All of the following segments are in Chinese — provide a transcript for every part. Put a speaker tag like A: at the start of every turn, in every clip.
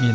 A: 面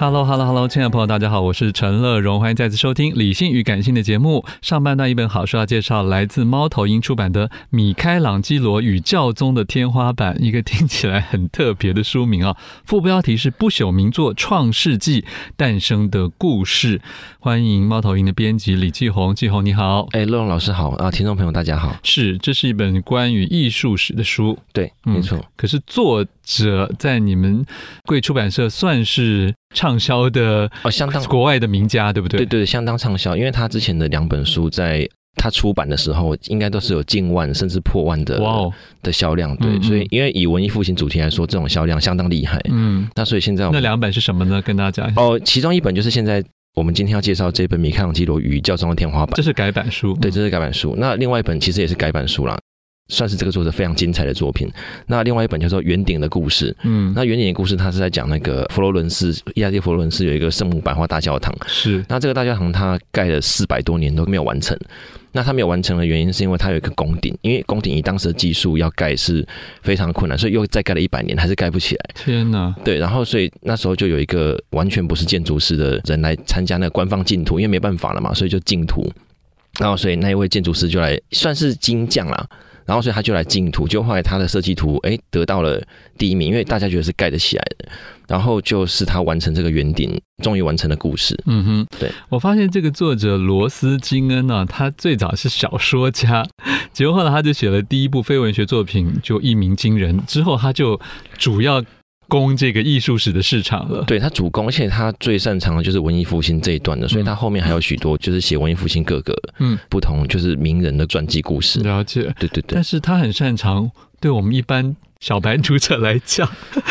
A: Hello，Hello，Hello，hello, hello, 亲爱的朋友，大家好，我是陈乐荣，欢迎再次收听《理性与感性》的节目。上半段一本好书要介绍来自猫头鹰出版的《米开朗基罗与教宗的天花板》，一个听起来很特别的书名啊。副标题是“不朽名作《创世纪》诞生的故事”。欢迎猫头鹰的编辑李继红，继红你好，
B: 哎，乐荣老师好啊，听众朋友大家好。
A: 是，这是一本关于艺术史的书，
B: 对，没错。嗯、
A: 可是作者在你们贵出版社算是。畅销的
B: 哦，相当
A: 国外的名家，对不对？
B: 对对，相当畅销，因为他之前的两本书在他出版的时候，应该都是有近万甚至破万的哇、哦、的销量，对。嗯嗯所以，因为以文艺复兴主题来说，这种销量相当厉害，嗯。那所以现在
A: 那两本是什么呢？跟大家
B: 哦，其中一本就是现在。我们今天要介绍这本《米开朗基罗与教宗的天花板》，
A: 这是改版书，
B: 对，这是改版书。那另外一本其实也是改版书啦。算是这个作者非常精彩的作品。那另外一本叫做《圆顶的故事》，嗯，那《圆顶的故事》它是在讲那个佛罗伦斯，意大利佛罗伦斯有一个圣母百花大教堂，
A: 是。
B: 那这个大教堂它盖了四百多年都没有完成。那它没有完成的原因是因为它有一个拱顶，因为拱顶以当时的技术要盖是非常困难，所以又再盖了一百年还是盖不起来。
A: 天哪！
B: 对，然后所以那时候就有一个完全不是建筑师的人来参加那个官方竞图，因为没办法了嘛，所以就竞图。然后所以那一位建筑师就来算是金匠啦。然后，所以他就来竞图，就后来他的设计图，哎，得到了第一名，因为大家觉得是盖得起来的。然后就是他完成这个圆顶，终于完成了故事。
A: 嗯哼，
B: 对
A: 我发现这个作者罗斯金恩呢、啊，他最早是小说家， 结果后来他就写了第一部非文学作品，就一鸣惊人。之后他就主要。攻这个艺术史的市场了，
B: 对他主攻，而且他最擅长的就是文艺复兴这一段的，所以他后面还有许多就是写文艺复兴各个嗯不同就是名人的传记故事。
A: 了解，
B: 对对对。
A: 但是他很擅长，对我们一般小白读者来讲，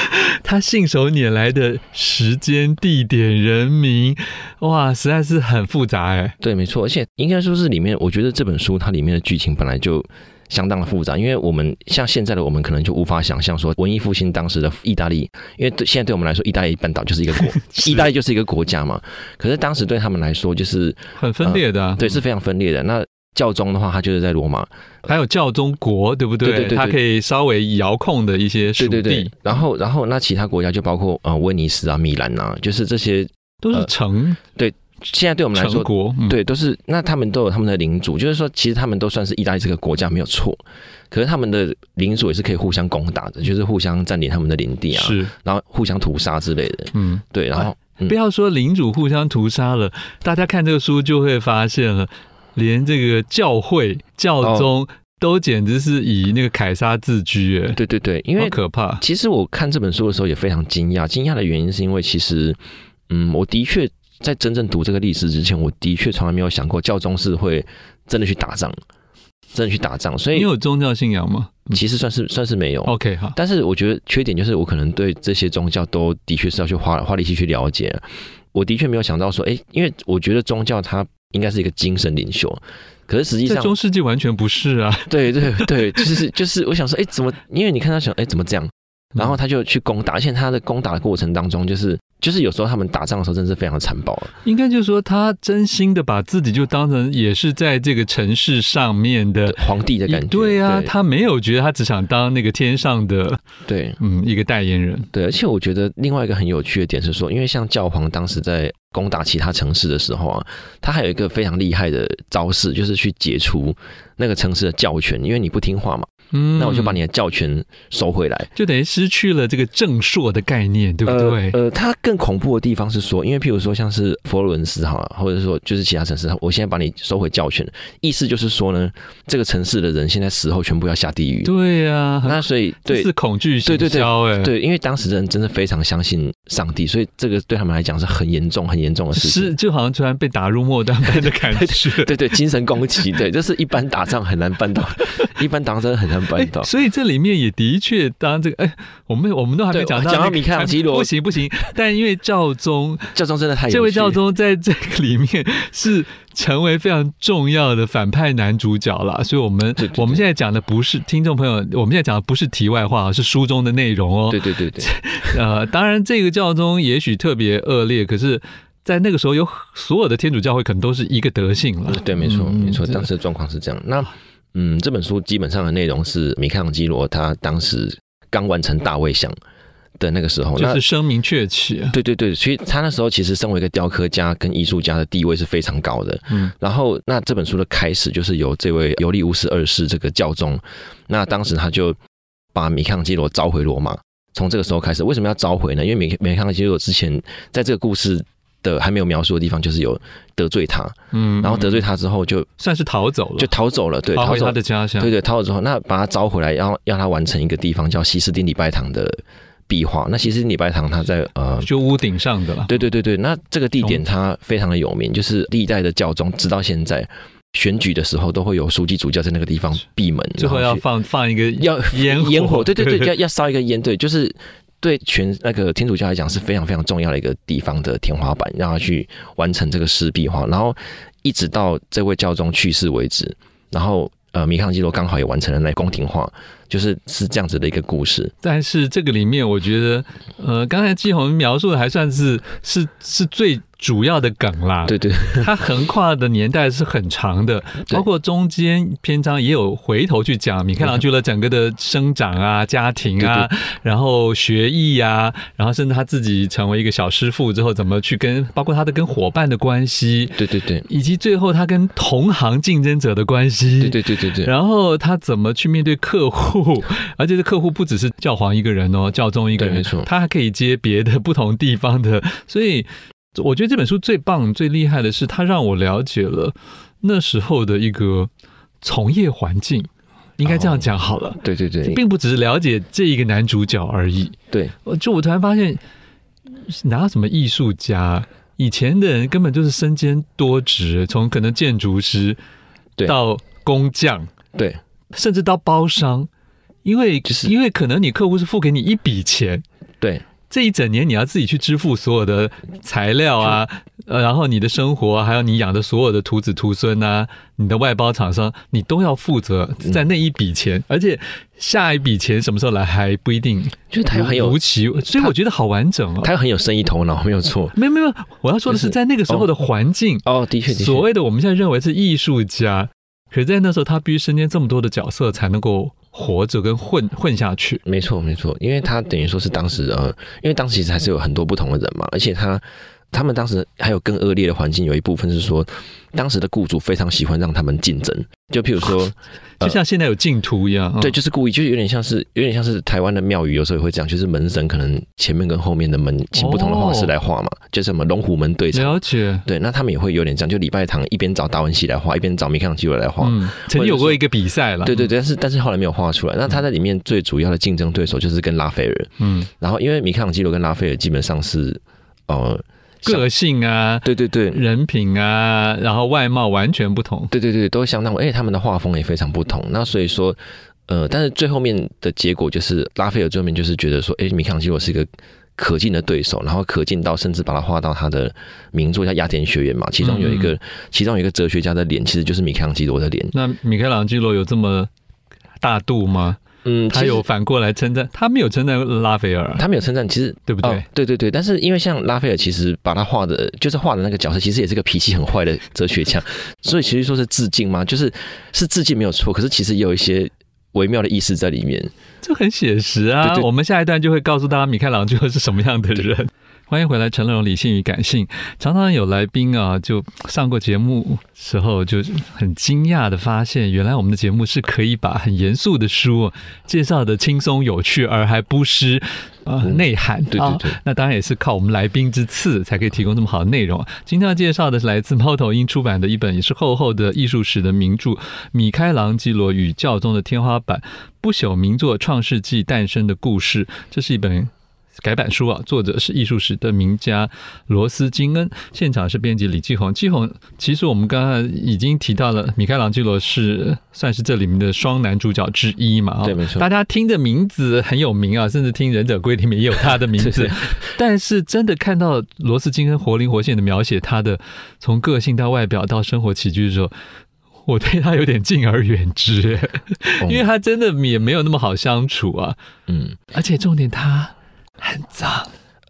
A: 他信手拈来的时间、地点、人名，哇，实在是很复杂哎。
B: 对，没错，而且应该说是里面，我觉得这本书它里面的剧情本来就。相当的复杂，因为我们像现在的我们可能就无法想象说文艺复兴当时的意大利，因为对现在对我们来说，意大利半岛就是一 个国，意大利就是一个国家嘛。可是当时对他们来说，就是
A: 很分裂的、啊呃，
B: 对，是非常分裂的。那教宗的话，他就是在罗马，
A: 还有教宗国，对不
B: 对？对对,对,对，
A: 他可以稍微遥控的一些属地。
B: 对然后，然后那其他国家就包括呃威尼斯啊、米兰啊，就是这些
A: 都是城、呃、
B: 对。现在对我们来说，
A: 国嗯、
B: 对都是那他们都有他们的领主，就是说，其实他们都算是意大利这个国家没有错，可是他们的领主也是可以互相攻打的，就是互相占领他们的领地啊，
A: 是，
B: 然后互相屠杀之类的，嗯，对，然后、
A: 嗯、不要说领主互相屠杀了，大家看这个书就会发现了，连这个教会教宗。哦都简直是以那个凯撒自居，哎，
B: 对对对，因为
A: 可怕。
B: 其实我看这本书的时候也非常惊讶，惊讶的原因是因为其实，嗯，我的确。在真正读这个历史之前，我的确从来没有想过教宗是会真的去打仗，真的去打仗。所以
A: 你有宗教信仰吗？
B: 嗯、其实算是算是没有。
A: OK 哈，
B: 但是我觉得缺点就是我可能对这些宗教都的确是要去花花力气去了解。我的确没有想到说，哎、欸，因为我觉得宗教它应该是一个精神领袖。可是实际上，
A: 中世纪完全不是 啊。
B: 对对对，就是就是，我想
A: 嗯
B: 说，哎、欸，怎么？因为你看他想，哎、欸，怎么这样？然后他就去攻打，而且他的攻打的过程当中，就是就是有时候他们打仗的时候，真的是非常的残暴了。
A: 嗯应该就是说，他真心的把自己就当成也是在这个城市上面的
B: 皇帝的感觉，
A: 呃对啊，他没有觉得他只想当那个天上的
B: 对
A: 嗯一个代言人。
B: 对，而且我觉得另外一个很有趣的点是说，因为像教皇当时在攻打其他城市的时候啊，他还有一个非常厉害的招式，就是去解除那个城市的教权，因为你不听话嘛，
A: 嗯，
B: 那我就把你的教权收回来。
A: 就等于失去了这个正朔的概念，对不对？
B: 呃，呃它更恐怖的地方是说，因为譬如说像是佛罗伦斯好了，或者说就是其他城市，我现在把你收回教权，意思就是说呢，这个城市的人现在死后全部要下地狱。
A: 对呀、很
B: 那所以
A: 这
B: 对
A: 是恐惧行
B: 对对对
A: 销哎，
B: 对，因为当时人真的非常相信上帝，所以这个对他们来讲是很严重、很严重的事情。
A: 是就好像突然被打入末端般的感觉。
B: 对对，精神 攻击，对，这是一般打仗很难办到， 一般打仗真的很难办
A: 哎
B: 到。
A: 所以这里面也的确，当这个哎，我们我们都还没
B: 对
A: 讲到、
B: 讲到
A: 那个
B: 米开朗基罗
A: 不行不行。 但因为教宗
B: 教宗真的太有
A: 这位
B: 趣了
A: 教宗在这个里面是成为非常重要的反派男主角了，所以我们
B: 对对对
A: 我们现在讲的不是听众朋友，我们现在讲的不是题外话，是书中的内容哦。
B: 对 对对对，
A: 呃，当然这个教宗也许特别恶劣，可是。在那个时候，有所有的天主教会可能都是一个德性了。
B: 对，没错，
A: 嗯
B: 没错，
A: 是
B: 当时的状况是这样。那嗯，这本书基本上的内容是米开朗基罗他当时刚完成大卫像的那个时候，
A: 就
B: 那
A: 是声名鹊起。
B: 对对对，所以他那时候其实身为一个雕刻家跟艺术家的地位是非常高的。
A: 嗯，
B: 然后那这本书的开始就是由这位尤利乌斯二世这个教宗，那当时他就把米开朗基罗召回罗马。从这个时候开始，为什么要召回呢？因为米米开朗基罗之前在这个故事的还没有描述的地方，就是有得罪他，
A: 嗯，
B: 然后得罪他之后就
A: 算是逃走了，
B: 就逃走了，对，
A: 逃
B: 逃
A: 回
B: 走
A: 他，的家乡。
B: 对对，逃走之后，那把他招回来，然后让他完成一个地方叫西斯丁礼拜堂的壁画。那西斯丁礼拜堂，它在呃，
A: 就屋顶上的了。
B: 对对对对，那这个地点它非常的有名，就是历代的教宗直到现在选举的时候，都会有书记主教在那个地方闭门，
A: 最后
B: 然
A: 要
B: 去
A: 放放一个
B: 要
A: 烟
B: 烟火，对对对，
A: 对
B: 要要烧一个烟，对，就是对全那个天主教来讲是非常非常重要的一个地方的天花板，让他去完成这个湿壁画，然后一直到这位教宗去世为止，然后呃，米开朗基罗刚好也完成了那宫廷画，就是是这样子的一个故事，
A: 但是这个里面，我觉得，呃，刚才季红描述的还算是是是最主要的梗啦。
B: 对对
A: 它横跨的年代是很长的，
B: 对
A: 包括中间篇章也有回头去讲米开朗基罗整个的生长啊、家庭啊，然后学艺啊，然后甚至他自己成为一个小师傅之后，怎么去跟包括他的跟伙伴的关系，
B: 对对对
A: 以及最后他跟同行竞争者的关系。
B: 对对对对对，
A: 然后他怎么去面对客户？ 而且这客户不只是教皇一个人哦，教宗一个人，
B: 对没错
A: 他还可以接别的不同地方的。所以我觉得这本书最棒、最厉害的是，它让我了解了那时候的一个从业环境，应该这样讲好了，
B: 对对对
A: 并不只是了解这一个男主角而已。
B: 对
A: 我就我突然发现，哪有什么艺术家？以前的人根本就是身兼多职，从可能建筑师
B: 对
A: 到工匠，
B: 对，
A: 甚至到包商，因为、
B: 就是
A: 因为可能你客户是付给你一笔钱，
B: 对
A: 这一整年你要自己去支付所有的材料啊，呃，然后你的生活啊，还有你养的所有的徒子徒孙啊，你的外包厂商，你都要负责在
B: 嗯
A: 那一笔钱，而且下一笔钱什么时候来还不一定，
B: 就是他很有
A: 无期，所以我觉得好完整哦。
B: 他很有生意头脑，没 有错。
A: 没有没有，我要说的是
B: 就是
A: 在那个时候的环 境，
B: 哦，的确，的确
A: 所谓的我们现在认为是艺术家，可是在那时候他必须身兼这么多的角色才能够活着跟混混下去。
B: 没错，没错，因为他等于说是当时呃，因为当时其实还是有很多不同的人嘛，而且他他们当时还有更恶劣的环境，有一部分是说当时的雇主非常喜欢让他们竞争，就譬如说，
A: 就像现在有净土一样， 嗯
B: 呃对，就是故意，就是有点像是有点像是台湾的庙宇，有时候也会这样，就是门神可能前面跟后面的门请不同的画师来画嘛，就是什么龙虎门对唱。
A: 了解。
B: 对，那他们也会有点这样，就礼拜堂一边找达文西来画，一边找米开朗基罗来画。
A: 嗯，曾经有过一个比赛了，
B: 对对，对，但是但是后来没有画出来。那他在里面最主要的竞争对手就是跟拉斐尔，
A: 嗯，
B: 然后因为米开朗基罗跟拉斐尔基本上是，呃，像
A: 个性啊、
B: 对对对
A: 人品啊，然后外貌完全不同。
B: 对对对，都相当，而且他们的画风也非常不同。那所以说，呃，但是最后面的结果就是拉斐尔最后面就是觉得说，哎，米开朗基罗是一个。可敬的对手，然后可敬到甚至把他画到他的名作叫《雅典学院》嘛，其中有一个，其中有一个哲学家的脸，其实就是米开朗基罗的脸。
A: 那米开朗基罗有这么大度吗？
B: 嗯，
A: 他
B: 其实
A: 有反过来称赞，他没有称赞拉斐尔，啊
B: 他没有称赞，其实
A: 对不对
B: 哦？对对对，但是因为像拉斐尔，其实把他画的，就是画的那个角色，其实也是个脾气很坏的哲学家，所以其实说是致敬嘛，就是是致敬没有错，可是其实也有一些微妙的意思在里面。
A: 这很写实啊！
B: 对对
A: 我们下一段就会告诉大家米开朗基罗是什么样的人。欢迎回来，陈乐荣，理性与感性。常常有来宾啊，就上过节目时候，就很惊讶的发现，原来我们的节目是可以把很严肃的书介绍的轻松有趣，而还不失呃
B: 嗯
A: 内涵。
B: 对对
A: 啊
B: 对，
A: 那当然也是靠我们来宾之赐，才可以提供这么好的内容。今天要介绍的是来自猫头鹰出版的一本也是厚厚的艺术史的名著《米开朗基罗与教宗的天花板：不朽名作创世纪诞生的故事》，这是一本。改版书啊，作者是艺术史的名家罗斯金恩，现场是编辑李继红。继红，其实我们刚刚已经提到了，米开朗基罗是算是这里面的双男主角之一嘛、啊
B: 对没错
A: 大家听的名字很有名啊，甚至听《忍者龟》里面也有他的名
B: 对
A: 字
B: 对。
A: 但是真的看到罗斯金恩活灵活现的描写他的从个性到外表到生活起居的时候，我对他有点敬而远之，
B: 嗯
A: 因为他真的也没有那么好相处啊。
B: 嗯，
A: 而且重点他很脏，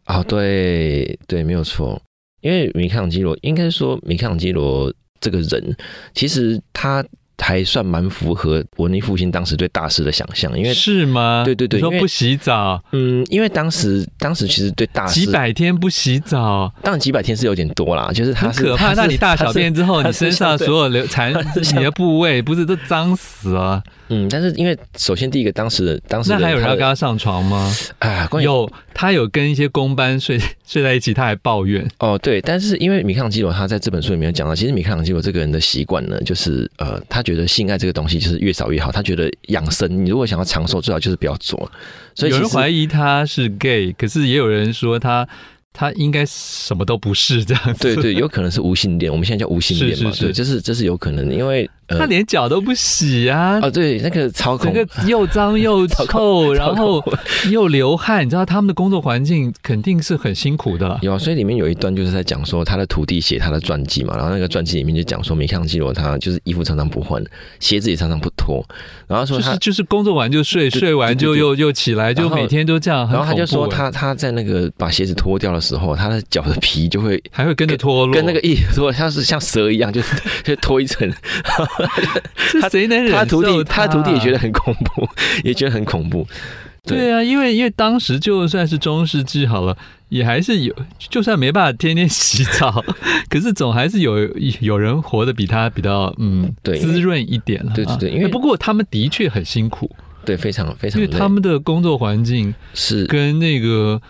B: 啊、对对，没有错，因为米开朗基罗应该说米开朗基罗这个人，其实他还算蛮符合文艺复兴当时对大师的想象，因为
A: 是吗？
B: 对对对
A: 你说
B: 因为
A: 不洗澡
B: 嗯，因为当时当时其实对大师
A: 几百天不洗澡，
B: 当然几百天是有点多啦，就是他
A: 很
B: 是
A: 可怕。
B: 他
A: 那
B: 是
A: 你大小便之后，
B: 他
A: 你
B: 是
A: 身上
B: 像对
A: 所 有流残你的部位不是都脏死了？
B: 嗯，但是因为首先第一个当时的当时
A: 那还有人要跟
B: 刚
A: 他上床吗？
B: 啊，关于
A: 有，他有跟一些公班睡 睡在一起，他还抱怨。
B: 哦对，但是因为米开朗基罗他在这本书里面有讲到，其实米开朗基罗这个人的习惯呢，就是呃，他觉得性爱这个东西就是越少越好，他觉得养生，你如果想要长寿，最好就是不要做。所以
A: 有
B: 其
A: 人怀
B: 实
A: 疑他是 gay，可是也有人说他他应该什么都不是这样子。
B: 对 对，有可能是无性恋，我们现在叫无性恋嘛，
A: 是是是
B: 对，就是这是有可能的，因为
A: 他
B: 呃
A: 连脚都不洗啊，
B: 哦对，那个操
A: 整
B: 控
A: 个又脏又 臭，然后
B: 操控
A: 又流汗，你知道他们的工作环境肯定是很辛苦的啦。
B: 有啊，所以里面有一段就是在讲说他的徒弟写他的传记嘛，然后那个传记里面就讲说米开朗基罗他就是衣服常常不换，鞋子也常常不脱，然后说
A: 就
B: 他，
A: 是就是工作完就睡，
B: 对
A: 睡完就又又起来，
B: 然
A: 就
B: 后
A: 每天都这样，
B: 然后他
A: 很
B: 就
A: 恐
B: 说
A: 怖欸
B: 他他在那个把鞋子脱掉的时候，他的脚的皮就会。
A: 还会跟着脱落，
B: 跟那个一说像是像蛇一样，就是就脱一层。
A: 是谁 能忍受
B: 他徒弟，
A: 他
B: 他徒弟也觉得很恐怖， 也觉得很恐怖。对
A: 对啊，因为因为当时就算是中世纪好了，也还是有，就算没办法天天洗澡， 可是总还是有有人活得比他比较嗯
B: 对
A: 滋润一点了啊。
B: 对对对因为
A: 哎不过他们的确很辛苦，
B: 对，非常非
A: 因
B: 常
A: 为
B: 累。
A: 他们的工作环境
B: 是
A: 跟那个。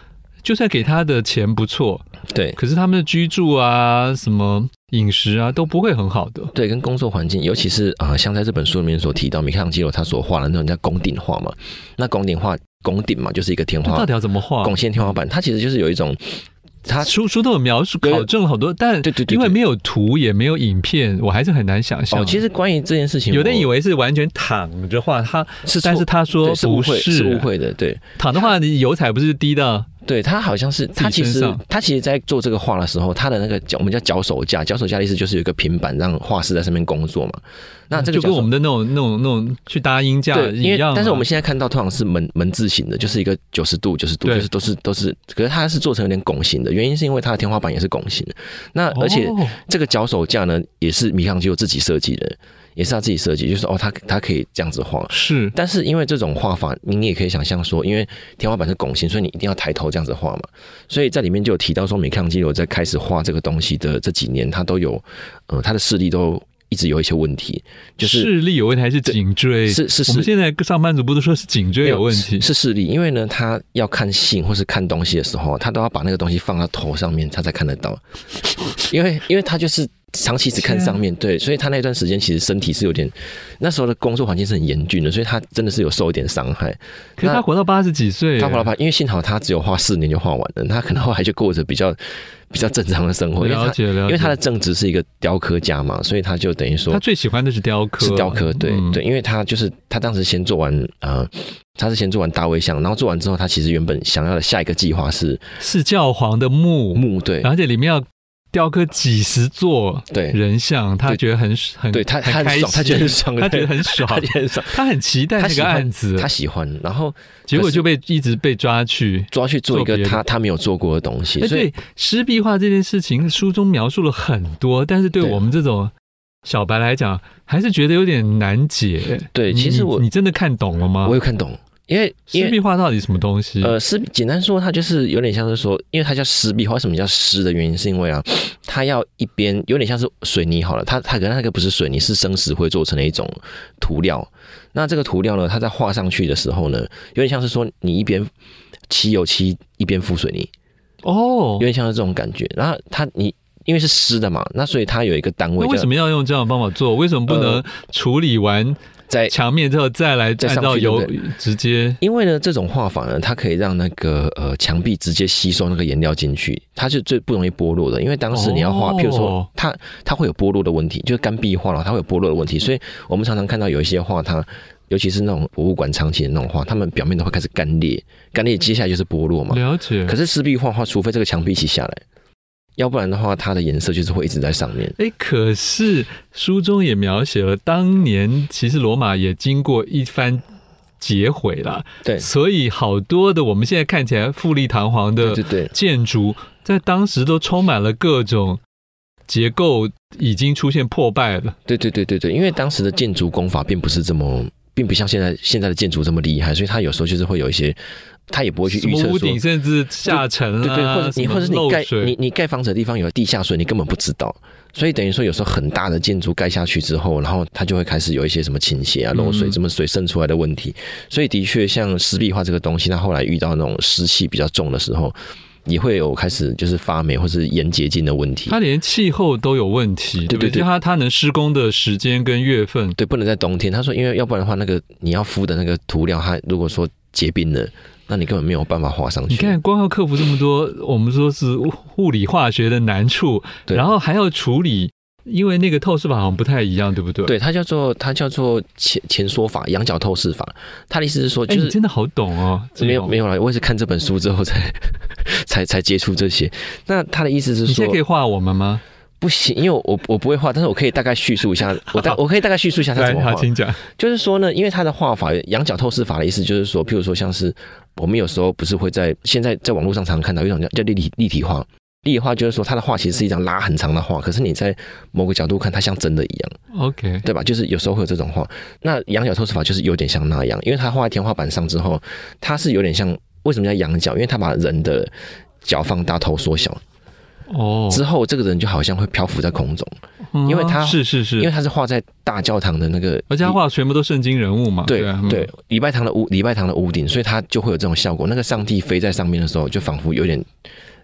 A: 就算给他的钱不错，
B: 对
A: 可是他们的居住啊、什么饮食啊都不会很好的。
B: 对，跟工作环境，尤其是啊、呃像在这本书里面所提到，米开朗基罗他所画的那种叫拱顶画嘛。那拱顶画，拱顶嘛，就是一个天
A: 这
B: 花
A: 到底要怎么画？
B: 拱线天花板，它其实就是有一种，它
A: 书书都有描述，
B: 对
A: 考证了好多，但
B: 对对对对
A: 因为没有图也没有影片，我还是很难想象。
B: 哦，其实关于这件事情，
A: 有的人以
B: 为
A: 为是完全躺着画，他
B: 是错
A: 但是他说
B: 对是误
A: 不
B: 会，是误会的，对。
A: 躺的话，你油彩不是滴到
B: 对他好像是他其
A: 身
B: 实
A: 上
B: 他其实，在做这个画的时候，他的那个脚我们叫脚手架，脚手架的意思就是有一个平板让画师在上面工作嘛。那这个
A: 嗯就跟
B: 脚手
A: 我们的那种那种那种去搭音架
B: 对，因
A: 一
B: 为
A: 样啊。
B: 但是我们现在看到通常是门门字形的，就是一个九十度、九十度，
A: 对
B: 就是都是都是，可是它是做成有点拱形的，原因是因为它的天花板也是拱形的。那而且
A: 哦
B: 这个脚手架呢，也是米开朗基罗自己设计的，也是他自己设计，就是哦，他他可以这样子画。
A: 是
B: 但是因为这种画法，你也可以想象说，因为天花板是拱形，所以你一定要抬头这样子画嘛。所以在里面就有提到说，米开朗基罗在开始画这个东西的这几年，他都有，呃，他的视力都一直有一些问题，就是
A: 视力有问题还是颈椎？
B: 是是
A: 我们
B: 是
A: 现在上班族不都说是颈椎有问题？
B: 是视力，因为呢，他要看信或是看东西的时候，他都要把那个东西放到头上面，他才看得到。因为因为他就是长期只看上面，对，所以他那段时间其实身体是有点，那时候的工作环境是很严峻的，所以他真的是有受一点伤害。
A: 可是他
B: 那
A: 活到八十几岁，
B: 他巴拉巴，因为幸好他只有画四年就画完了，他可能后来就过着比较比较正常的生活，因为
A: 了
B: 他
A: 解了解，
B: 因为他的正职是一个雕刻家嘛，所以他就等于说
A: 他最喜欢的是雕刻，
B: 是雕刻，对、
A: 嗯
B: 对，因为他就是他当时先做完呃，他是先做完大卫像，然后做完之后，他其实原本想要的下一个计划是
A: 是教皇的墓，啊
B: 木，对
A: 而且里面要雕刻几十座
B: 对
A: 人像，他
B: 对
A: 觉得很很
B: 对他他
A: 很开
B: 很
A: 心
B: 爽，，他觉得很 爽，
A: 他觉得很爽
B: 他觉得很爽，
A: 他很期待
B: 他
A: 那
B: 喜
A: 个
B: 欢
A: 案子
B: 他，喜欢，然后
A: 结果
B: 可是
A: 就被一直被抓去。
B: 抓去做一
A: 做
B: 个
A: 别的
B: 他他没有做过的东西，
A: 哎，
B: 所以
A: 对，湿壁画这件事情，书中描述了很多，但是对
B: 对
A: 我们这种小白来讲，还是觉得有点难解。
B: 对
A: 你
B: 其实
A: 你
B: 我
A: 你啊真的看懂了吗
B: 我？有看懂，因为因
A: 湿
B: 为
A: 壁画到底什么东西？
B: 呃，湿简单说，它就是有点像是说，因为它叫湿壁画，为什么叫湿的原因是因为啊， 它要一边有点像是水泥好了，它它可能那个不是水泥，是生石灰做成的一种涂料。那这个涂料呢，它在画上去的时候呢，有点像是说你一边漆油漆一边敷水泥，
A: 哦
B: 有，点像是这种感觉。然后它你因为是湿的嘛，那所以它有一个单位
A: 那为
B: 叫
A: 什么要用这样的方法做？为什么不能
B: 呃
A: 处理完
B: 在
A: 墙面之后再来
B: 再
A: 按
B: 上
A: 照
B: 去
A: 油
B: 对
A: 直接？
B: 因为呢，这种画法呢，它可以让那个呃墙壁直接吸收那个颜料进去，它是最不容易剥落的。因为当时你要画，
A: 哦
B: 譬如说它它会有剥落的问题，就是干壁画了，它会有剥落的问题。所以我们常常看到有一些画，它尤其是那种博物馆长期的那种画，它们表面都会开始干裂，干裂接下来就是剥落嘛。
A: 了解。
B: 可是湿壁画的话，除非这个墙壁一起下来，要不然的话，它的颜色就是会一直在上面。
A: 哎，可是书中也描写了，当年其实罗马也经过一番劫毁了，
B: 对
A: 所以好多的我们现在看起来富丽堂皇
B: 对
A: 的
B: 对对，
A: 建筑，在当时都充满了各种结构已经出现破败了。
B: 对对对对对，因为当时的建筑工法并不是这么，并不像现在现在的建筑这么厉害，所以它有时候就是会有一些，它也不会去
A: 什
B: 预
A: 么
B: 测
A: 屋
B: 说，
A: 顶
B: 对
A: 甚至下沉啦，
B: 对，或者你
A: 啊什么
B: 或者是你
A: 漏
B: 盖
A: 水
B: 你你盖房子的地方有地下水，你根本不知道，所以等于说有时候很大的建筑盖下去之后，然后它就会开始有一些什么倾斜啊、漏水、
A: 嗯
B: 什么水渗出来的问题，所以的确像湿壁画这个东西，它后来遇到那种湿气比较重的时候。也会有开始就是发霉或是盐结晶的问题，
A: 它连气候都有问题，不
B: 对对对
A: 就它它能施工的时间跟月份，
B: 对，不能在冬天。他说，因为要不然的话，那个你要敷的那个涂料，它如果说结冰了，那你根本没有办法画上去。
A: 你看，光要克服这么多，我们说是物物理化学的难处，
B: 对
A: 然后还要处理，因为那个透视法好像不太一样，对不对？，
B: 对，它叫做它叫做前前缩法、羊角透视法。它的意思是说，
A: 哎、
B: 就
A: 你
B: 是、
A: 真的好懂哦，
B: 没有没
A: 有，
B: 有啦，我也是看这本书之后才 才才接触这些。那他的意思是
A: 你现在
B: 说
A: 可，以画我们吗？
B: 不行，因为我我不会画，但是我可以大概叙述一下，我大我可以大概叙述一下它
A: 来
B: 怎，么
A: 好，
B: 画。
A: 请 讲。
B: 就是说呢，因为它的画法，羊角透视法的意思就是说，譬如说像是我们有时候不是会在现在在网络上常看到有一种叫叫立体立体画，立体画就是说它的画其实是一张拉很长的画，可是你在某个角度看它像真的一样，
A: OK，
B: 对吧？就是有时候会有这种画。那羊角透视法就是有点像那样，因为它画在天花板上之后，它是有点像为什么叫羊角？因为它把人的脚放大，头缩小
A: 哦，
B: 之后，这个人就好像会漂浮在空中，
A: 嗯
B: 因为它
A: 是是
B: 因为
A: 是，
B: 它是画在大教堂的那个，
A: 而且他画的全部都圣经人物嘛，
B: 对
A: 啊
B: 对，礼拜堂的屋礼拜堂的屋顶，所以它就会有这种效果。那个上帝飞在上面的时候，就仿佛有点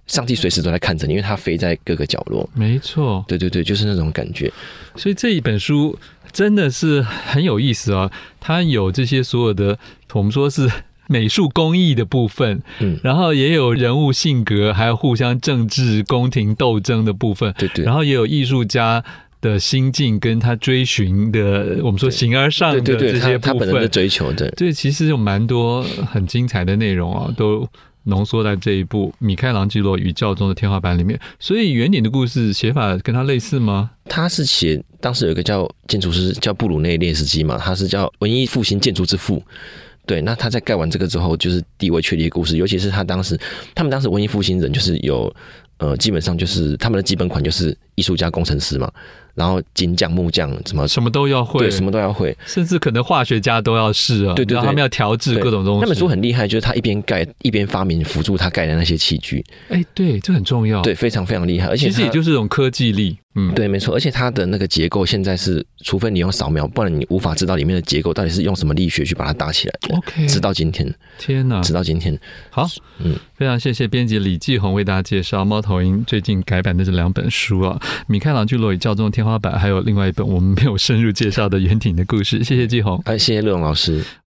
B: 上帝随时都在看着你，因为它飞在各个角落。
A: 没错，
B: 对对对，就是那种感觉。
A: 所以这一本书真的是很有意思啊，它有这些所有的我们说是美术工艺的部分，
B: 嗯，
A: 然后也有人物性格，还有互相政治宫廷斗争的部分，
B: 对对
A: 然后也有艺术家。的心境跟他追寻的，我们说形而上
B: 对
A: 的
B: 对对，
A: 这
B: 他
A: 些
B: 他
A: 部
B: 本人的
A: 分，
B: 追求的，
A: 对，其实有蛮多很精彩的内容啊，都浓缩在这一部《米开朗基罗与教宗的天花板》里面。所以原点的故事写法跟他类似吗？
B: 他是写当时有一个叫建筑师叫布鲁内列斯基嘛，他是叫文艺复兴建筑之父。对，那他在盖完这个之后，就是地位确立的故事。尤其是他当时，他们当时文艺复兴人就是有，呃，基本上就是他们的基本款就是艺术家、工程师嘛，然后金匠、木匠什么，
A: 什么都要会
B: 对，，什么都要会。
A: 甚至可能化学家都要试啊，
B: 对对对
A: 然后他们要调制
B: 对
A: 各种东西。
B: 那本书很厉害，就是他一边盖一边发明辅助他盖的那些器具，
A: 哎，对，这很重要。，
B: 对，非常非常厉害。而且
A: 其实也
B: 他
A: 就是一种科技力，嗯，
B: 对，没错，而且它的那个结构现在是，除非你用扫描，不然你无法知道里面的结构到底是用什么力学去把它搭起来的。
A: ，OK，
B: 直到今天，
A: 天哪，
B: 直到今天，
A: 好，
B: 嗯
A: 非常谢谢编辑李继红为大家介绍《猫头鹰》最近改版的这两本书啊，《米开朗基罗与教宗的天花板》，还有另外一本我们没有深入介绍的《圆顶的故事》。谢谢继红。
B: 哎、谢谢乐荣老师。